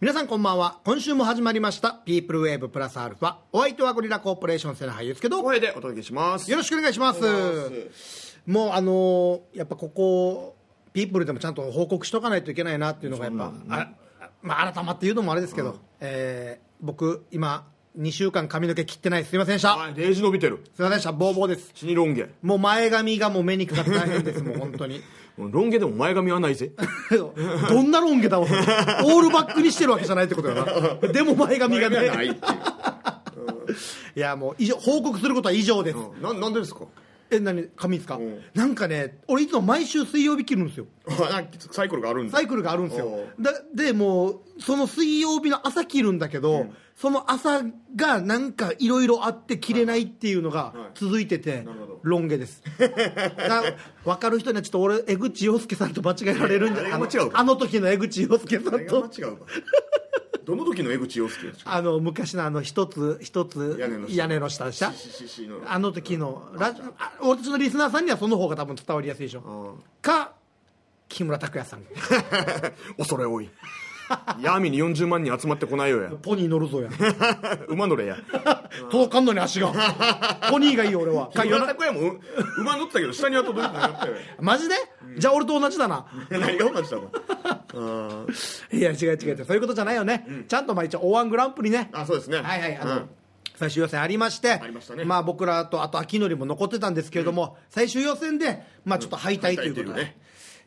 皆さんこんばんは今週も始まりました「ピープルウェーブプラスアルファお相手はゴリラコーポレーション瀬名俳優ですけどよ声でお届けしますろしくお願いしますもうあのーやっぱここピープルでもちゃんと報告しとかないといけないなっていうのがやっぱ、あまあ改まって言うのもあれですけど、えー僕今2週間髪の毛切ってないすいませんでした、はい0時伸びてるすいませんでしたボーボーです死にロン毛もう前髪がもう目にかかって大変ですもう本当に ロン毛でも前髪はないぜどんなロン毛だお前オールバックにしてるわけじゃないってことよなでも前髪がねないって いういやもう以上報告することは以上です、うんななんでですかえ何髪ですか、んなんかね俺いつも毎週水曜日切るんですよあなんかサイクルがあるんだサイクルがあるんですよだでもうその水曜日の朝切るんだけど、その朝がなんかいろいろあって切れないっていうのがはい続いてて、なるほどロン毛です だ分かる人にはちょっと俺江口洋介さんと間違えられるんじゃない誰が間違うかあの時の江口洋介さ誰んが間と違うかどの時の江口洋 介ですかあの昔のあの一つ一つ屋根の下屋根の下でしたしししのあの時のラジオあ私のリスナーさんにはその方が多分伝わりやすいでしょうんか木村拓哉さん恐れ多い闇に40万人集まってこないよやポニー乗るぞや馬乗れや届かんのに足がポニーがいい俺はか夜夜中な小屋もう馬乗ってたけど下には届いてなか ったよやマジで、じゃあ俺と同じだな何が同じだろうんいや違う違う違うそういうことじゃないよね、ちゃんと毎日 O−1 グランプリねあそうですねはいはいあうの、ん最終予選ありましてありましたねあ、僕らとあと秋のりも残ってたんですけれども、最終予選で、まあ、ちょっと敗退ということで、敗退というね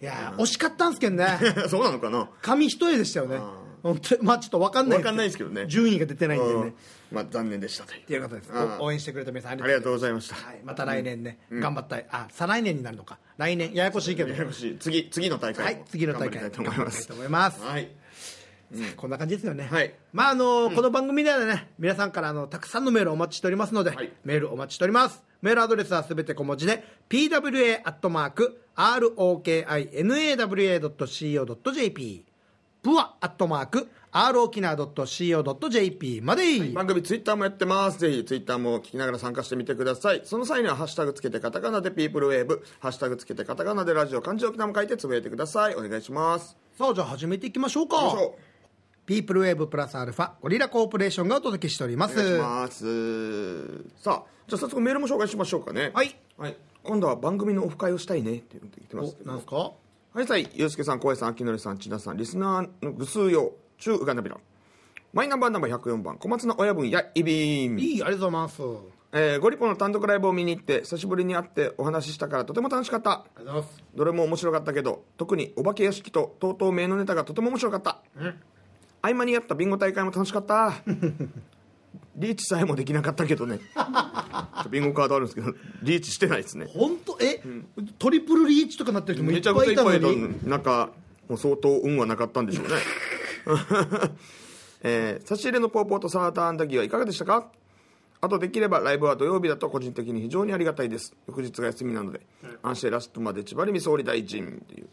いやー惜しかったんですけどね そうなのかな紙一重でしたよね本当にまあちょっと分かんないわかんないですけどね順位が出てないんでね、うっんまあ残念でしたというていうことですうんお応援してくれた皆さんありありががととううごございざいましたます、はい、また来年ね、頑張ったいあ再来年になるのか来年ややこしいけどややこしい次次の大は会いも次の大会頑張頑張りりたいと思いまたいすと思いますはいこんな感じですよね、はいまああのこの番組ではね皆さんからあのたくさんのメールをお待ちしておりますので、はいメールお待ちしておりますメールアドレスはすべて小文字で pwa.rokinawa.co.jp プアットマーク r o k i n a c o j p まで、番組ツイッターもやってますぜひツイッターも聞きながら参加してみてくださいその際には「ハッシュタグつけてカタカナでピープルウェーブ」「ハッシュタグつけてカタカナでラジオ漢字沖縄も書いてつぶやいてくださいお願いしますさあじゃあ始めていきましょうか行きましょピープルウェーブプラスアルファゴリラコーポレーションがお届けしておりまうすお願いしますさあじゃあ早速メールも紹介しましょうかねはい、はい、今度は番組のオフ会をしたいねって言ってますけおなどんすかはいさい、ゆうすけさん、こうえさん、あきのりさん、ちなさん、リスナーのぐすうよう、中うがなびら。マイナンバーナンバー104番、小松菜親分やいびーん。いいありがとうございますえーゴリポの単独ライブを見に行って、久しぶりに会ってお話ししたからとても楽しかった。ありがとうございますどれも面白かったけど、特にお化け屋敷ととうとう名のネタがとても面白かった。合間にやったビンゴ大会も楽しかった。リーチさえもできなかったけどね。ビンゴカードあるんですけど、リーチしてないですね。本当え、トリプルリーチとかなってる人もいめっちゃくぱいちゃいいったのぱいにいたのになんかもう相当運はなかったんでしょうね、 えー差し入れのポーポーとサーターアンダギーはいかがでしたかあとできればライブは土曜日だと個人的に非常にありがたいです翌日が休みなので、安心ラストまで千葉美総理大臣っていう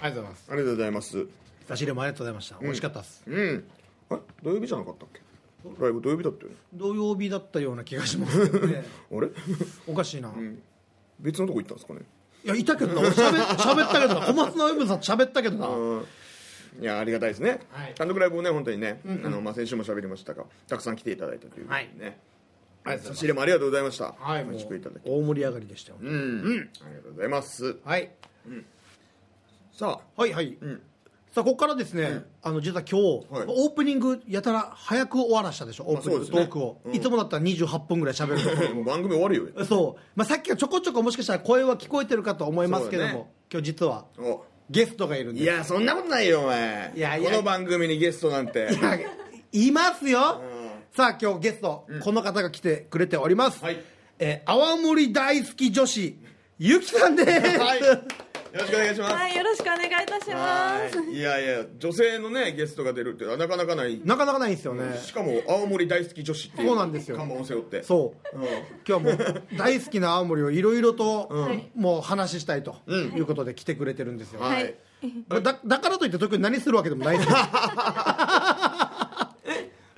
ありがとうございますありがとうございます差し入れもありがとうございました、美味しかったですうんあれ土曜日じゃなかったっけライブ土曜日だったよね土曜日だったような気がしますけど ねあれおかしいな、別のとこ行ったんですかねいやいたけどな俺しゃべ喋ったけどな小松菜親分さん喋ったけどな、いやありがたいですね、はい単独ライブをね本当にね、あのまあ、先週も喋りましたがたくさん来ていただいたということでね、はい、差し入れもありがとうございました、はいおも待ちくういただき大盛り上がりでしたよ、うん、ありがとうございますはいさあはいはい、さあここからですね、あの実は今日、はいオープニングやたら早く終わらしたでしょオープニング、まあそうですねトークを、いつもだったら28分ぐらい喋るとこ ろを番組終わる よそう、まあ、さっきはちょこちょこもしかしたら声は聞こえてるかと思いますけども、そうだね今日実はおゲストがいるんでいやそんなことないよお前いやいやこの番組にゲスト なんていや いますよ、さあ今日ゲスト、この方が来てくれております、はいえー泡盛大好き女子ゆきさんです、はいよろしくお願いしますはい、よろしくお願いいたします。はいいやいや女性のねゲストが出るってなかなかない なかなかないんですよね、しかも青森大好き女子っていうそうなんですよ看板を背負ってそううん、今日はもう大好きな青森をいろいろと、いもう話したいということで来てくれてるんですよ、はい、はい だだからといって特に何するわけでもないです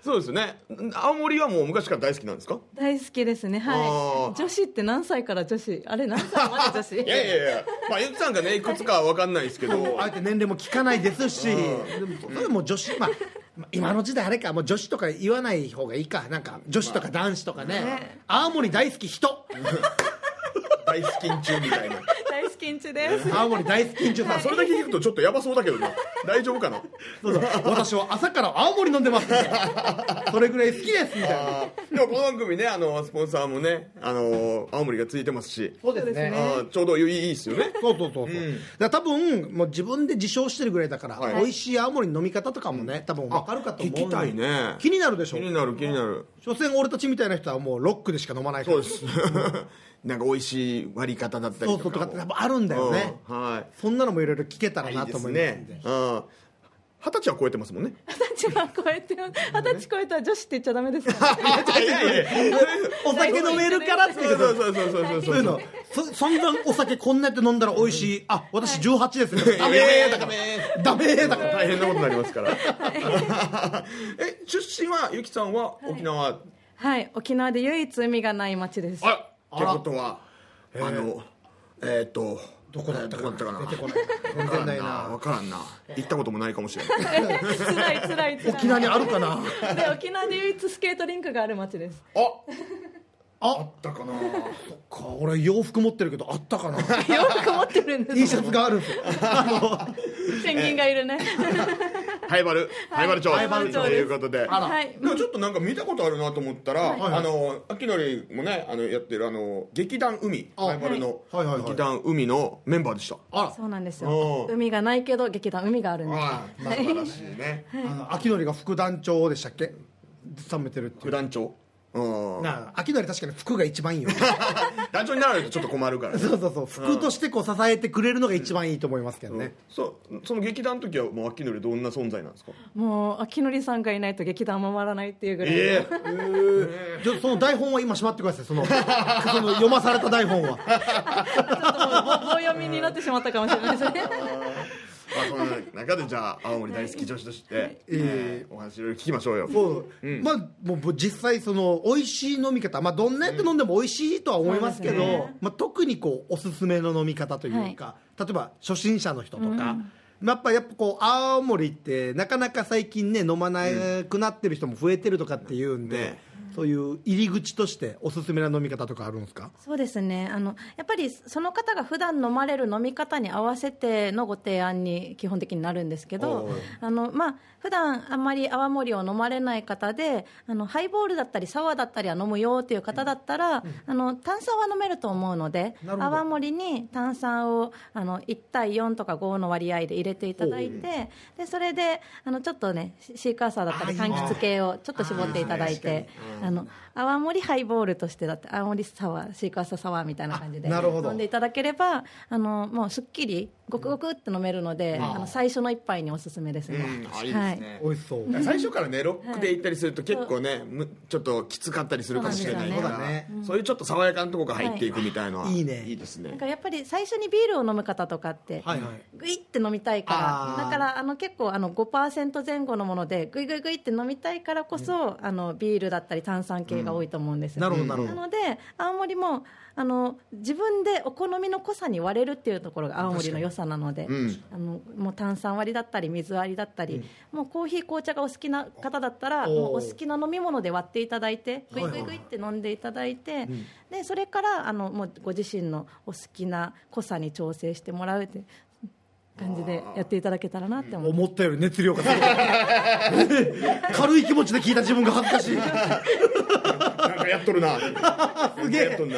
そうですね青森はもう昔から大好きなんですか大好きですねあーはい女子って何歳から女子あれ何歳まで女子いやいやいやまあゆきさんがねいくつかは分かんないですけどあえて年齢も聞かないですし、でもそれでもう女子、まあ、まあ今の時代あれかもう女子とか言わない方がいいかなんか女子とか男子とかね、青森大好き人大好きん中みたいな大好きんちです青森大好き人さんそれだけ聞くとちょっとやばそうだけどな大丈夫かなそうそう私は朝から青森飲んでますみたいなそれぐらい好きですみたいなあーでもこの番組ねあのスポンサーもねあの青森がついてますしそうですねあーちょうどいいいいですよねそうそうそうそう、だから多分もう自分で自称してるぐらいだから、はい美味しい青森の飲み方とかもね多分分かるかと思う聞きたいね気になるでしょ気になる気になる所詮俺たちみたいな人はもうロックでしか飲まないからそうです なんか美味しい割り方だったりそとうかそうとかって多分あるんだよね、うんはいそんなのもいろいろ聞けたらいないとです思いますんでねうん二十歳は超えてますもんね二十歳は超えてます二十歳超えたら女子って言っちゃダメですからねいやいやいやお酒飲めるからって そういうそうそうそうそうそういう のそそんなお酒こんなやって飲んだら美味しい、あ私18ですねダメーだかメらダメーだから大変なことになりますから え出身はゆきさんは沖縄、はい沖縄で唯一海がない町ですあらっあてらことはあのえーっとどこだったかなどこだった出てこかない全然ないな分なからんな行ったこともないかもしれないつらいつらいつらい沖縄にあるかなで沖縄で唯一スケートリンクがある町ですああっだかなか俺洋服持ってるけどあった かな洋服持ってるんで T シすャツがあるんですよペンギンがいるねハイバルハイバル町ハイバル町とですいうことであらはいでもちょっとなんか見たことあるなと思ったら、あの秋のりもねあのやってるあの劇団海あハイバルの、はいはいはい劇団海のメンバーでしたあらそうなんですおよう海がないけど劇団海があるんですはい素晴らしいねあの秋のりが副団長でしたっけ務めてるってい副う団長うんなあ秋のり確かに服が一番いい よ団長になられるとちょっと困るからねそうそうそう服としてこう支えてくれるのが一番いいと思いますけどね、そうその劇団の時はもう秋のりどんな存在なんですかもう秋のりさんがいないと劇団回らないっていうぐらい、ええじゃあその台本は今しまってください そのその読まされた台本はちょっともう棒読みになってしまったかもしれないですねまあその中でじゃあ青森大好き女子として、えーお話いろいろ聞きましょうよそう、まあもう実際その美味しい飲み方、まあ、どんなやって飲んでも美味しいとは思いますけど、そうですねまあ、特にこうおすすめの飲み方というか、例えば初心者の人とか、まあやっぱやっぱこう青森ってなかなか最近ね飲まなくなってる人も増えてるとかっていうんで、ねそういう入り口としておすすめな飲み方とかあるんですか そうですねあのやっぱりその方が普段飲まれる飲み方に合わせてのご提案に基本的になるんですけおどうあの、まあ普段あんまり泡盛を飲まれない方であのハイボールだったりサワーだったりは飲むよっていう方だったら、あの炭酸は飲めると思うのでなるほど泡盛に炭酸をあの1対4とか5の割合で入れていただいてでそれであのちょっとねシシーカーサーだったりあいい柑ね橘系をちょっと絞っていただあいいいでてあの泡盛ハイボールとしてだって泡盛サワーシークワーサーサワーみたいな感じであなるほど飲んでいただければあのもうすっきりごくごくって飲めるので、あの最初の一杯におすすめですね、あいいですね、美味しそうだから最初からねロックで行ったりすると結構ね、むちょっときつかったりするかもしれないそうかならんですよねそういうちょっと爽やかなとこが入っていくみたいな、はいいいねいいですなんねかやっぱり最初にビールを飲む方とかって、はいはいグイって飲みたいあかーらだからあの結構あの5%前後のものでグイグイグイって飲みたいからこそ、あのビールだったり炭酸系が多いと思うんですよ、なるほどなるほなど、ので青森もあの自分でお好みの濃さに割れるっていうところが青森の良さなので、あのもう炭酸割りだったり水割りだったり、もうコーヒー紅茶がお好きな方だったらおーもうお好きな飲み物で割っていただいてグイグイグイって飲んでいただいて、でそれからあのもうご自身のお好きな濃さに調整してもらうって感じでやっていただけたらなって思います。思ったより熱量がすごい軽い気持ちで聞いた自分が恥ずかしいなんかやっとるな すげえやっとるな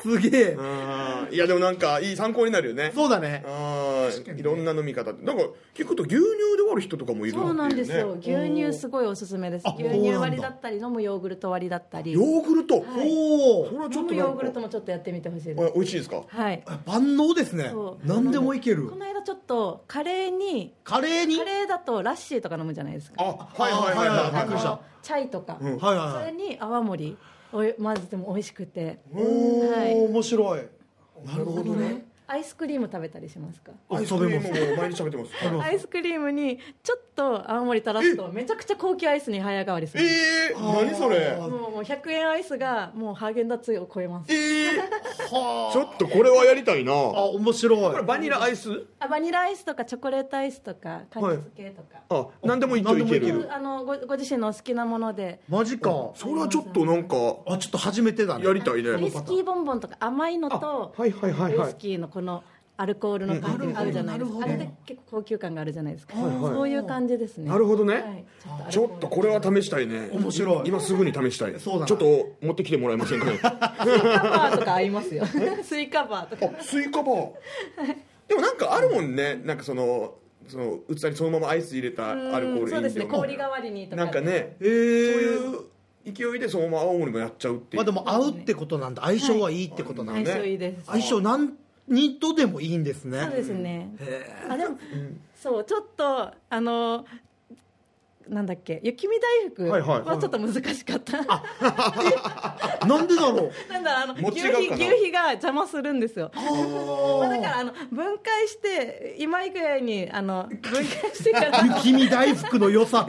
すげえあーいやでもなんかいい参考になるよねそうだねあーにねいろんな飲み方ってなんか聞くと牛乳で割る人とかもいるそうなっんていですよ牛乳すごいおすすめですあ牛乳そうなん割だりだったり飲むヨーグルト割りだったりヨーグルト、おおそれはちょ飲っとむヨーグなんルかトもちょっとやってみてほしいですあ美味しいですかはい万能ですねそう何でもいけるこの間ちょっとカレーにカレーにカレーだとラッシーとか飲むじゃないですあかはいはいはいあーはいはいははびっいいくりしたあのチャイとか、んはいはいそはいれに泡盛を混ぜても美味しくておお、はい面白いなるほどねアイスクリーム食べたりしますかあアイス食クリべーますムも毎日食べてますアイスクリームにちょっと青森たらすとめちゃくちゃ高級アイスに早変わりする、えー、何それもうもう100円アイスがもうハーゲンダッツを超えますえー、はちょっとこれはやりたいなああ面白いこれバニラアイスあバニラアイスとかチョコレートアイスとか果実系とか、あ何でも一丁い何けでもいるあのごご自身のお好きなものでマジかそれはちょっとなんかあちょっと初めてだねやりたいウイねスキーボンボンとか甘いのとあはいはいはいはいウイスキーのこのアルコールの感じがあるじゃないですか、うんあれで結構高級感があるじゃないですか、はいはいそういう感じですねなるほどねはいちょっとアルコールちょっとこれは試したいね面白い今すぐに試したいそうだなちょっと持ってきてもらえませんかカバーとか合いますよスイカバーとかあスイカバーでもなんかあるもんねなんかそのその器にそのままアイス入れたアルコールそうですね飲料氷代わりにとかなんかねえー、そういう勢いでそのまま青森もやっちゃうっていまうあでも合うってことなんだ相性はいいってことなんだ、相性いいです相性何人とでもいいんですねそうですねあでもそうちょっとあのなんだっけ雪見大福はいはいはちょっと難しかった、なんでだろうなんだあの餅牛が皮かな牛皮が邪魔するんですよまあだかあらあの分解して今以外にあの分解して からあ雪見大福の良 さ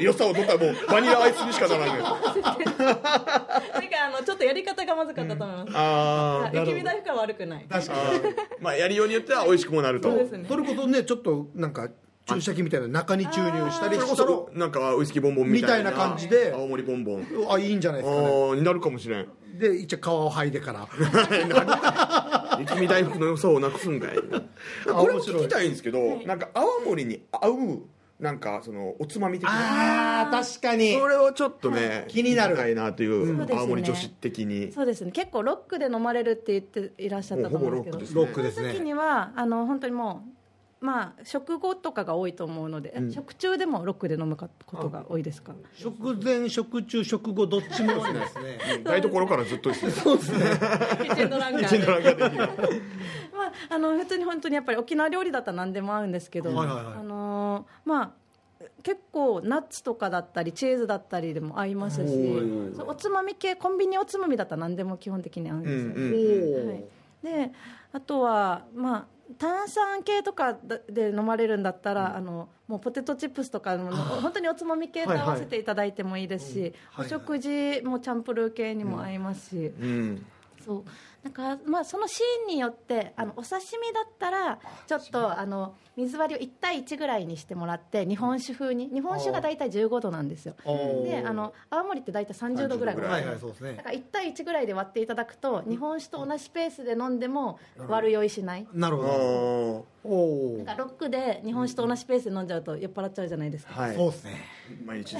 良さを取ったらもうバニラアイスにしかならないなんかあのちょっとやり方がまずかったと思います、ああ雪見大福は悪くない確かーまあやりようによっては美味しくもなるとそうですにねそれこそねちょっとなんか注射器みたいなの中に注入したりそれこしたらそなんかウイスキーボンボンみたいなみたいな感じで青森ボンボンあいいんじゃないあですかねーになるかもしれんで一応皮を剥いでから雪見大福の良さをなくすんかいこれも聞きたいんですけどいなんか青森に合うなんかそのおつまみ的なあー確かにそれをちょっとね気になる聞きたいなというそうですね青森女子的にそうですね結構ロックで飲まれるって言っていらっしゃったと思うんですけどもうほぼロッロッククですですその時ねにはあの本当にもうまあ食後とかが多いと思うので、食中でもロックで飲むかことが多いですか食前食中食後どっちも多いですね台所からずっとですねキッチンドランカ一ー年での中でまあ、あの普通に本当にやっぱり沖縄料理だったら何でも合うんですけど、はいはいはいあのーまあ結構ナッツとかだったりチーズだったりでも合いますしそうおつまみ系コンビニおつまみだったら何でも基本的に合うんですよ、うんうおんはーい、であとは、まあ、炭酸系とかだで飲まれるんだったら、あのもうポテトチップスとかの本当におつまみ系と合わせていただいてもいいですし、はいはいお食事もチャンプルー系にも合いますし、うんそうだから、まあ、そのシーンによってあのお刺身だったらちょっとあの水割りを1対1ぐらいにしてもらって日本酒風に日本酒が大体15度なんですよおーであの青森って大体30度ぐらい30度ぐはいはいそうですねだから1対1ぐらいで割っていただくと日本酒と同じペースで飲んでも悪酔いしないなるあほどーおなーんかロックで日本酒と同じペースで飲んじゃうと酔っ払っちゃうじゃないですかはいそうですね毎日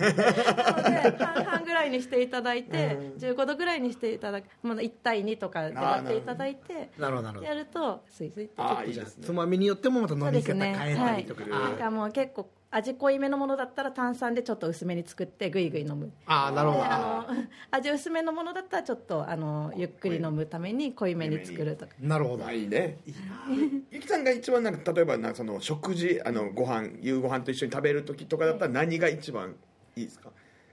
なので半々ぐらいにしていただいて15度ぐらいにしていただく、まあ、1対2とかで割っていただいてなるほどなるほどやるとスイスイってああいいじゃであすつまみによってもまたそ飲うみです方ね変えたりとか、はい、なんかもう結構味濃いめのものだったら炭酸でちょっと薄めに作ってぐいぐい飲むああなるほどあの 味薄めのものだったらちょっとあのゆっくり飲むために濃いめに作るとかなるほどまあいいねゆきさんが一番なんか例えばなんかその食事あのご飯夕ご飯と一緒に食べる時とかだったら何が一番いいですか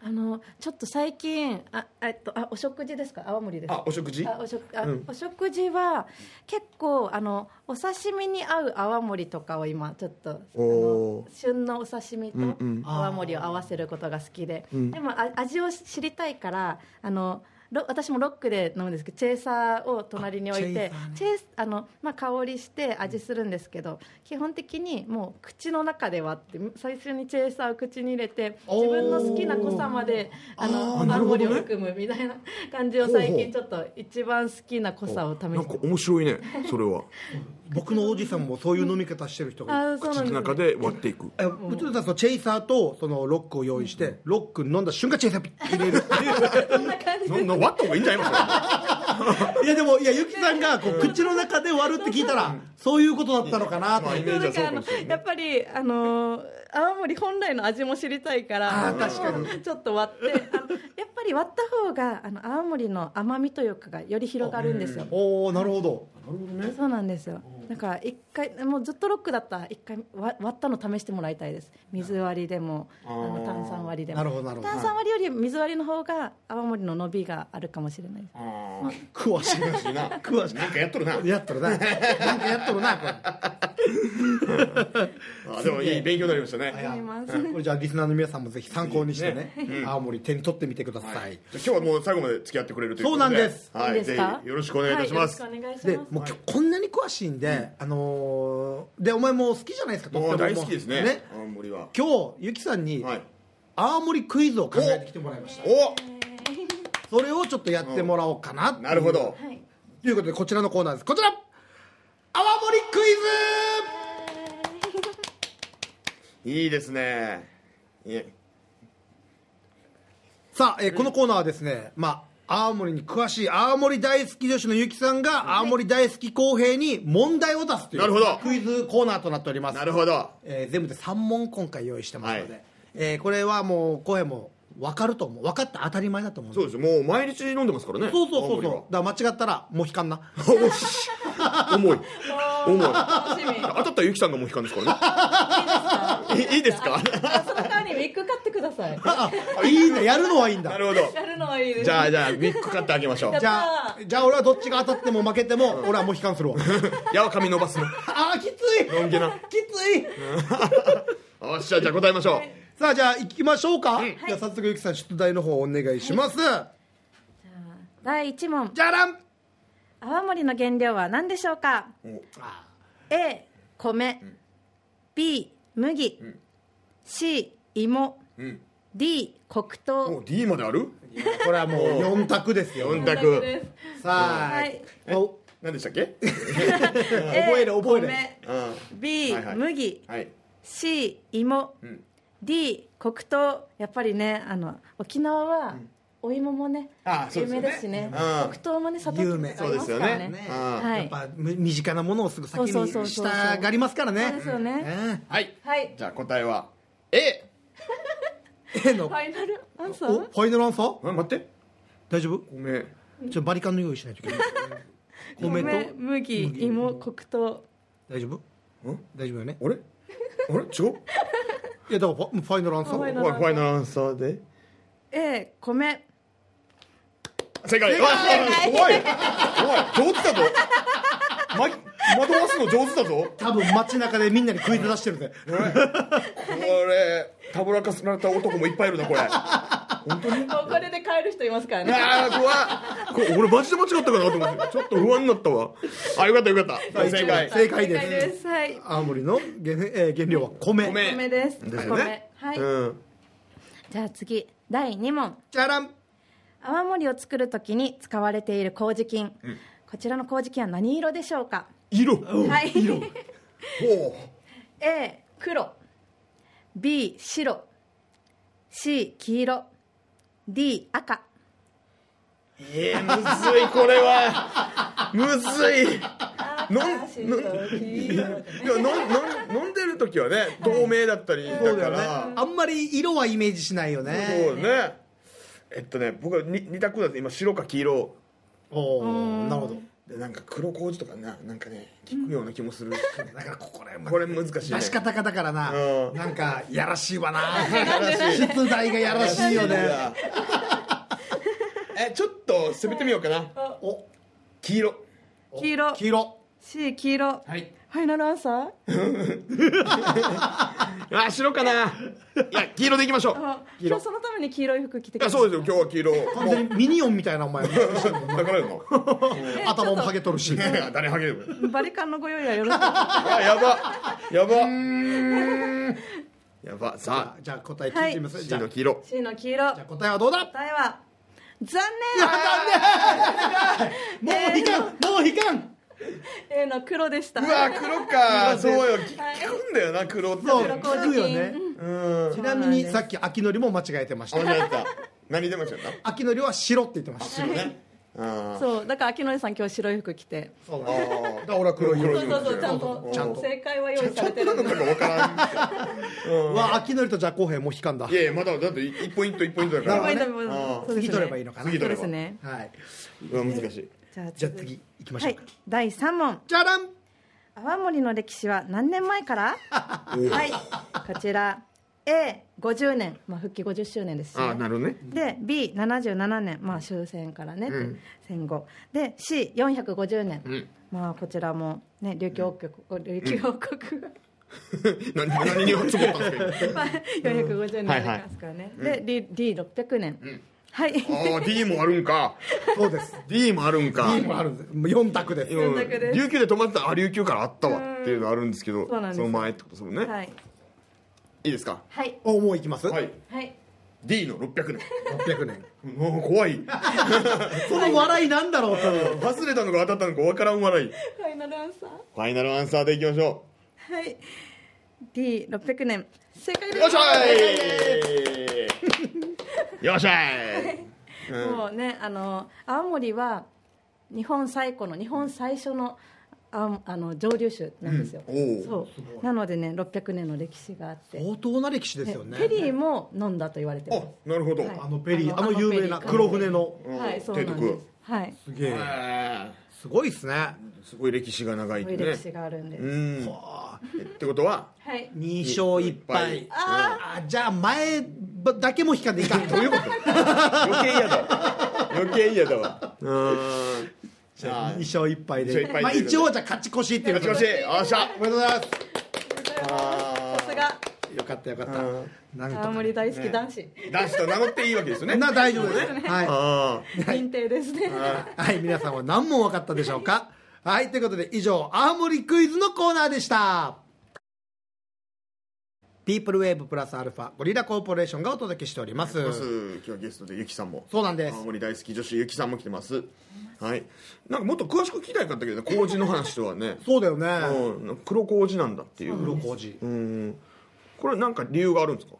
あのちょっと最近ああえっとあお食事ですか青森ですあお食事あお食あお食事は結構あのお刺身に合う泡盛とかを今ちょっとあおの旬のお刺身と泡盛を合わせることが好きで、でもあ味を知りたいからあのロ私もロックで飲むんですけどチェーサーを隣に置いてあチェースあの、まあ、香りして味するんですけど基本的にもう口の中で割って最初にチェーサーを口に入れて自分の好きな濃さまであの泡盛を含むみたいな感じを最近ちょっと一番好きな濃さを試なんしかて面白いねそれは僕のおじさんもそういう飲み方してる人がいるあーそう口なんので中です、ね、割っていくえうちのさんそのチェイサーとそのロックを用意して、ロック飲んだ瞬間チェイサーピッ入れるってそんな感じそんな割った方がいいんじゃないまいういやでもいやゆきさんがこう口の中で割るって聞いたらそういうことだったのかなとあイメでーもジなはんそうかもしかあのれないやっぱりあのー青森本来の味も知りたいから確かにちょっと割ってあのやっぱり割った方があの青森の甘みというかがより広がるんですよおおなるほどそうなんですよだから一回もうずっとロックだったら一回わ割ったの試してもらいたいです水割りでもあの炭酸割りでもなるほどなるほど炭酸割りより水割りの方が泡盛の伸びがあるかもしれないですあー詳しいなしいな詳しいなんかやっとるなやっとるななんかやっとるなこれあでもいい勉強になりましたね、いじゃや思います これじゃあリスナーの皆さんもぜひ参考にしてね青森手に取ってみてください、あ今日はもう最後まで付き合ってくれるということそうなんですはいいいですかぜひよろしくお願いいたします、はい、よろしくお願いでしますもうきょこんなに詳しいんで、あのーでお前もう好きじゃないですかとってももう大好きですねね青森は今日ゆきさんにはい青森クイズを考えてきてもらいましたおそれをちょっとやってもらおうかなっていうなるほどはいということでこちらのコーナーですこちら青森クイいいですねいえズさあ、えーこのコーナーはですね、まあ、青森に詳しい青森大好き女子のゆきさんが青森大好き公平に問題を出すというなるほどクイズコーナーとなっておりますなるほどえー全部で3問今回用意してますので、はいえーこれはもう声も分かると思う分かって当たり前だと思うそうですよもう毎日飲んでますからねそうそうそうそう青だから間違ったらモヒカ ンな森は重い重い楽しみ当たったらゆきさんがもう悲観ですからねいいですかあその代わりウィッグ買ってくださいあい いんだやるのはいいんなだるほどやるのはいいですじゃあじゃあウィッグ買ってあげましょうじゃあじゃあ俺はどっちが当たっても負けても俺はモヒカンするわやわ髪伸ばすのあーきついロン毛なきついよっしゃじゃあ答えましょうさあじゃあ行きましょうか、じゃあ早速ゆきさん出題の方お願いします、第一問じゃらん泡盛の原料は何でしょうか A 米、B 麦、C 芋、D 黒も糖う D まであるこれはもう4択ですよ四択ですさあ、はいお何でしたっけ覚える覚える A うん米 B はいはい麦はい C 芋、ん D 黒糖やっぱりねあの沖縄はお芋もね、あそう有です名よねですしね、うん黒糖もね砂糖有名ありますそかうらですよねねあはいやっぱむ身近なものをすぐ先にそうそうそうそうしたがりますからねそうですよねねはいはいじゃあ答えは A え A のファイナルアンサおーファイナルアンサーえ待って大丈夫ちごめんょっとバリカンの用意しないといけない米と米麦芋黒糖大丈夫ん大丈夫よねあれあれ違ういやだからファファイナルアンサファイーナファイナルアンサーで A 米正解わあ怖い怖い上手だぞま惑わすの上手だぞ多分街中でみんなに食い出してるぜこれたぶらかされた男もいっぱいいるなこれあもうこれで買える人いますからね。あ怖いこれ俺マジで間違ったかなと思ってちょっと不安になったわあよかったよかった正解正解ですす。はい。青森の原,、えー原料は米米米です。ですよね米。はい。うんじゃあ次第二問。じゃらん泡盛を作るときに使われている麹菌。こちらの麹菌は何色でしょうか。色はい。 ほ A 黒 B 白 C 黄色 D 赤うえー、むずいこれはむずいなんいや飲ん飲ん飲んでる時はね透明だったりだそうだかよねらあんまり色はイメージしないよねそうねえっとね僕はに二択なんです今白か黄色おおなるほどでなんか黒麹とかななんかね聞くような気もする、だからここら辺これ難しいね出し方がだからな、うんなんかやらしいわならしい出題がやらしいよねえちょっと攻めてみようかなお黄色黄色黄色 C 黄色はいファイナルアンサーあ白かないや黄色でいきましょうあ今日そのために黄色い服着てきいやそうですよ今日は黄色完全にミニオンみたいなお前だからよえ頭もちょっとハゲとるしな誰ハゲるバリカンのご用意はよろしい ですかあやばやばやばさあじゃあ答え聞いてみます、黄じゃあ色じ黄色 C の黄色ゃあ答えはどうだ答えは残もういかんもういかん念 A の黒でしたうわ黒かそうよ聞はいくんだよな黒ってそう黒麹聞くよねうんちなみにさっき秋のりも間違えてました間違えた何で間違え秋のりは白って言ってましたた白ねあーそうだから秋野さん今日白い服着てそうあだねーだから俺は黒い黒色いそうそうそうちゃんとちゃんと正解は用意されてるんなでんか分からんうわ秋のりとじゃあ公平もう引かんだいやいやまだだって1ポイント1ポイントだかなるほらどねあーそうですね次取ればいいのかな次そう取ればですねはいうん難しいじゃあじゃあ次行きましはょういか、第三問じゃらん泡盛の歴史は何年前からはいこちら A50 年、まあ、復帰50周年ですよああなるほどねで B77 年、まあ、終戦からね、戦後で C450 年、まあ、こちらも、ね、琉球王国、琉球王国が、 何何につぼったんですかまあ、450年ありますからね、で D- D600 年、はい今ああ D もあるんかそうです D もあるんかもうあるんです4択ですうん選択です琉球で止まってたあ琉球からあったわっていうのあるんですけどそうなんですの前ってことですもんね、、はいいいですかはいおもういきます、はいはい D の600年600年うん怖いその笑いなんだろうと忘れたのか当たったのかわからん笑いファイナルアンサーファイナルアンサーでいきましょはい D600 年正解でうよすっし ゃいよっしゃいもうねあの青森は日本最古の日本最初のああの蒸留酒なんですよ、うんおうそうなのでね600年の歴史があって、相当な歴史ですよねペリーも飲んだと言われてますあなるほど、はいあのペリーああのの有名なあのペリー黒船のはいそうなんですはいすげええすごいですねーすごい歴史が長いそういう歴史があるんです、うんってことははい2勝1敗一あーじゃあ前だけも引かんでいかんどういうこと余計嫌だわ余計嫌だわうーんじゃあ2勝1敗二勝で一敗まあ一応じゃあ勝ち越しっていうこと勝ちで越しよっしゃおめでとうございますあさすがよかったよかったなんとか青森大好き男子、男子と名乗っていいわけですよねな大丈夫ですはいあ認定ですねはい皆さんは何問分かったでしょうかはいということで以上青森クイズのコーナーでしたピープルウェーブプラスアルファゴリラコーポレーションがお届けしておりますあ今日はゲストでゆきさんもそうなんです青森大好き女子ゆきさんも来てますはいなんかもっと詳しく聞きたいかったけどね麹の話とはねそうだよねうん黒麹なんだっていう黒麹うんこれなんか理由があるんですか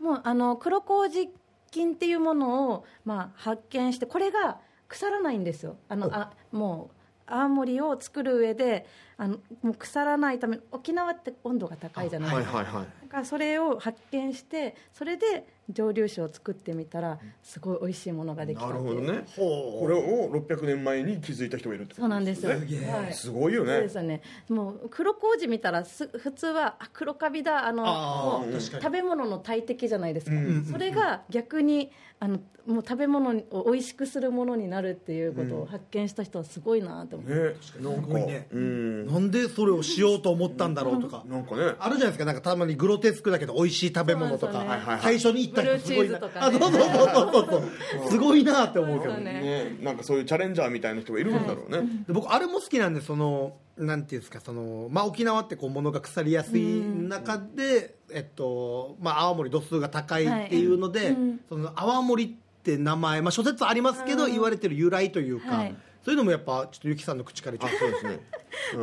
もうあの黒麹菌っていうものを、まあ、発見してこれが腐らないんですよあのあもう青森を作る上であのもう腐らないため沖縄って温度が高いじゃないはでいすか、はいはいだからそれを発見してそれで蒸留酒を作ってみたらすごい美味しいものができたなってるいうほどねほこれを600年前に気づいた人がいるってこそうとなんですよねはいすごいよそうでねすよねもう黒麹見たらす普通はあ黒カビだあのあーもう確かに食べ物の大敵じゃないですか、それが逆にあのもう食べ物を美味しくするものになるっていうことを発見した人はすごいなと思って、ねすごいねうんなんでそれをしようと思ったんだろうとかなんかねあるじゃないですかなんかたまにグロテスクだけど美味しい食べ物とそうなんですよかね最初に行った人すごいなブルーチあーそズうとそうかそうそうそうすごいなって思うけどそうねねなんかそういうチャレンジャーみたいな人がいるんだろうねで僕あれも好きなんでそのなんていうんですかその、まあ、沖縄ってこう物が腐りやすい中で、えっとまあ、青森度数が高いっていうので、その泡盛って名前、まあ、諸説ありますけど、言われてる由来というか、はいそういうのもやっぱちょっとゆきさんの口からちょっとそうですね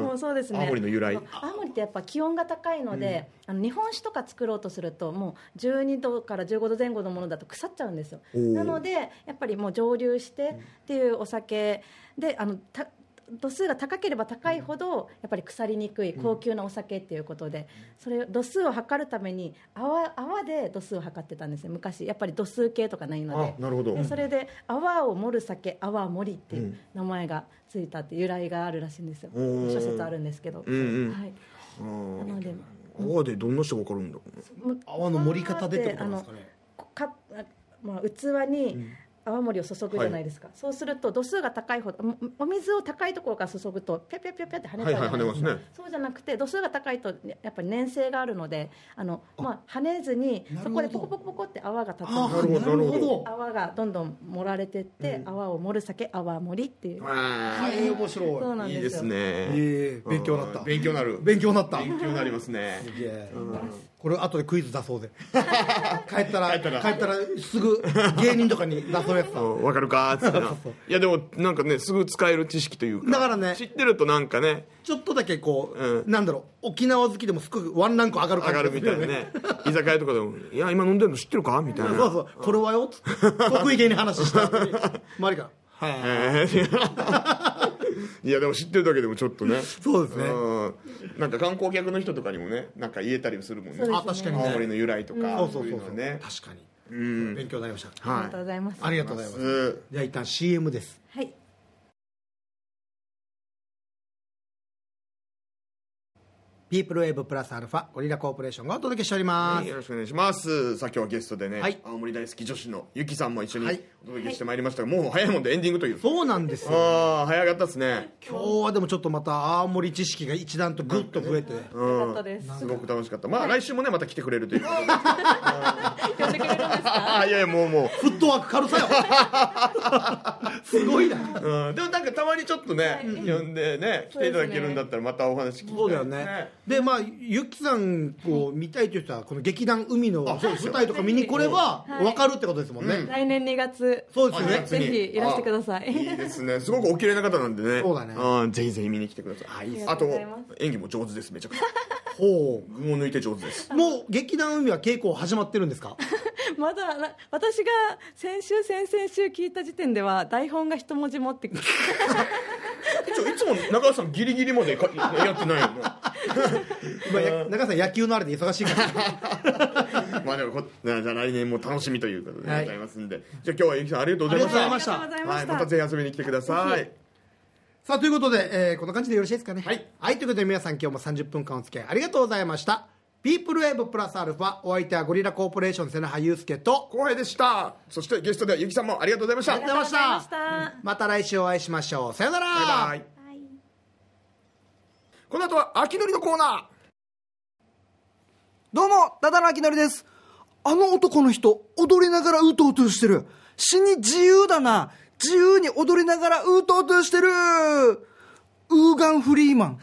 もうそうですね青森の由来青森ってやっぱ気温が高いので、あの日本酒とか作ろうとするともう12度から15度前後のものだと腐っちゃうんですよーなのでやっぱりもう蒸留してっていうお酒であのた度数が高ければ高いほどやっぱり腐りにくい高級なお酒っていうことでそれを度数を測るために泡泡で度数を測ってたんですね昔やっぱり度数計とかないのであなるほどでそれで泡を盛る酒泡盛っていう名前がついたって由来があるらしいんですようん諸説あるんですけど、うんうんはい、あーなので泡でどんな人が分かるんだろうね泡の盛り方でってことなんですかねこかあまあ、器に泡盛を注ぐじゃないですか、そうすると度数が高いほどもお水を高いところから注ぐとピャピャピャピャって跳ねちゃうじゃないはいはでい跳すねか、ますねそうじゃなくて度数が高いとやっぱり粘性があるのであの、まあ、跳ねずにそこでポコポコポコって泡が立つんですあなるほどなるほど泡がどんどん盛られてって、泡を盛る酒泡盛っていう、あ大変面白いそうなーいんいでですよすねええ勉強になっうたん勉強になる勉強になった勉強になりますねすげえこれ後でクイズ出そうで帰ったら帰ったらすぐ芸人とかに出 そうやつだそう分かるかーっつってないやでもなんかねすぐ使える知識というかだからね知ってるとなんかねちょっとだけこう、うんなんだろう沖縄好きでもすごくワンランク上がる上感じがるみたいなね居酒屋とかでも「いや今飲んでるの知ってるか?」みたい そうなそうこれはよっつって得意げに話した後に 周りからはいえー いやでも知ってるだけでもちょっとねそうですねうんなんか観光客の人とかにもねなんか言えたりするもんねそうですあ確かに青森ねの由来とかそうそういそううのそはう、ね確かにうん勉強になりましたありはがとういございます、ありがとうございますすでは一旦 CM ですはいピープルウェーブプラスアルファゴリラコーポレーションがお届けしております、よろしくお願いしますさあ今日はゲストでね、はい青森大好き女子のゆきさんも一緒にはいお届けしてまいりましたが、もう早いもんでエンディングというそうなんですよああ早かったですね今日はでもちょっとまた青森知識が一段とグッと増えて、かったですすごく楽しかったまあ来週もねまた来てくれるということで呼んでくれるんです かああいやいやもうもうフットワーク軽さよすごいなうん、でもなんかたまにちょっとね、呼んでね来ていただけるんだったらまたお話聞きたいそうだよねでまあゆきさんを見たいという人はこの劇団海のあそうです舞台よとか見に来ればはい分かるってことですもんね、来年2月そうですよあね月ぜにひいらしてくださいいいですねすごくお綺麗な方なんでねそうだねんぜひぜひ見に来てくださいあいいですあありがととうございます演技も上手ですめち ゃくちゃほ群を抜いて上手ですうもう劇団海は稽古始まってるんです か まだな私が先週先々週聞いた時点では台本が一文字持ってちょいつも中川さんギリギリま でかやってないよねまあや中川さん野球のあれで忙しいから まあでもこじゃあ来年も楽しみということではいございますんで、じゃあ今日はゆきさんありがとうございまあしたりがとうございましたありがとうござはいい、まましたぜひ遊びに来てくださいさあということで、えーこんな感じでよろしいですかねはい、ということで皆さん今日も30分間お付き合いありがとうございましたピープルウェーブプラスアルファお相手はゴリラコーポレーション瀬名葉祐介と後輩でしたそしてゲストではゆきさんもありがとうございましたありがとうございましたたまた来週お会いしましょうさよならバイバイこの後は秋のりのコーナーどうも、ダダのあきのりです。あの男の人、踊りながらうとうとしてる。死に自由だな。自由に踊りながらうとうとしてる。ウーガンフリーマン。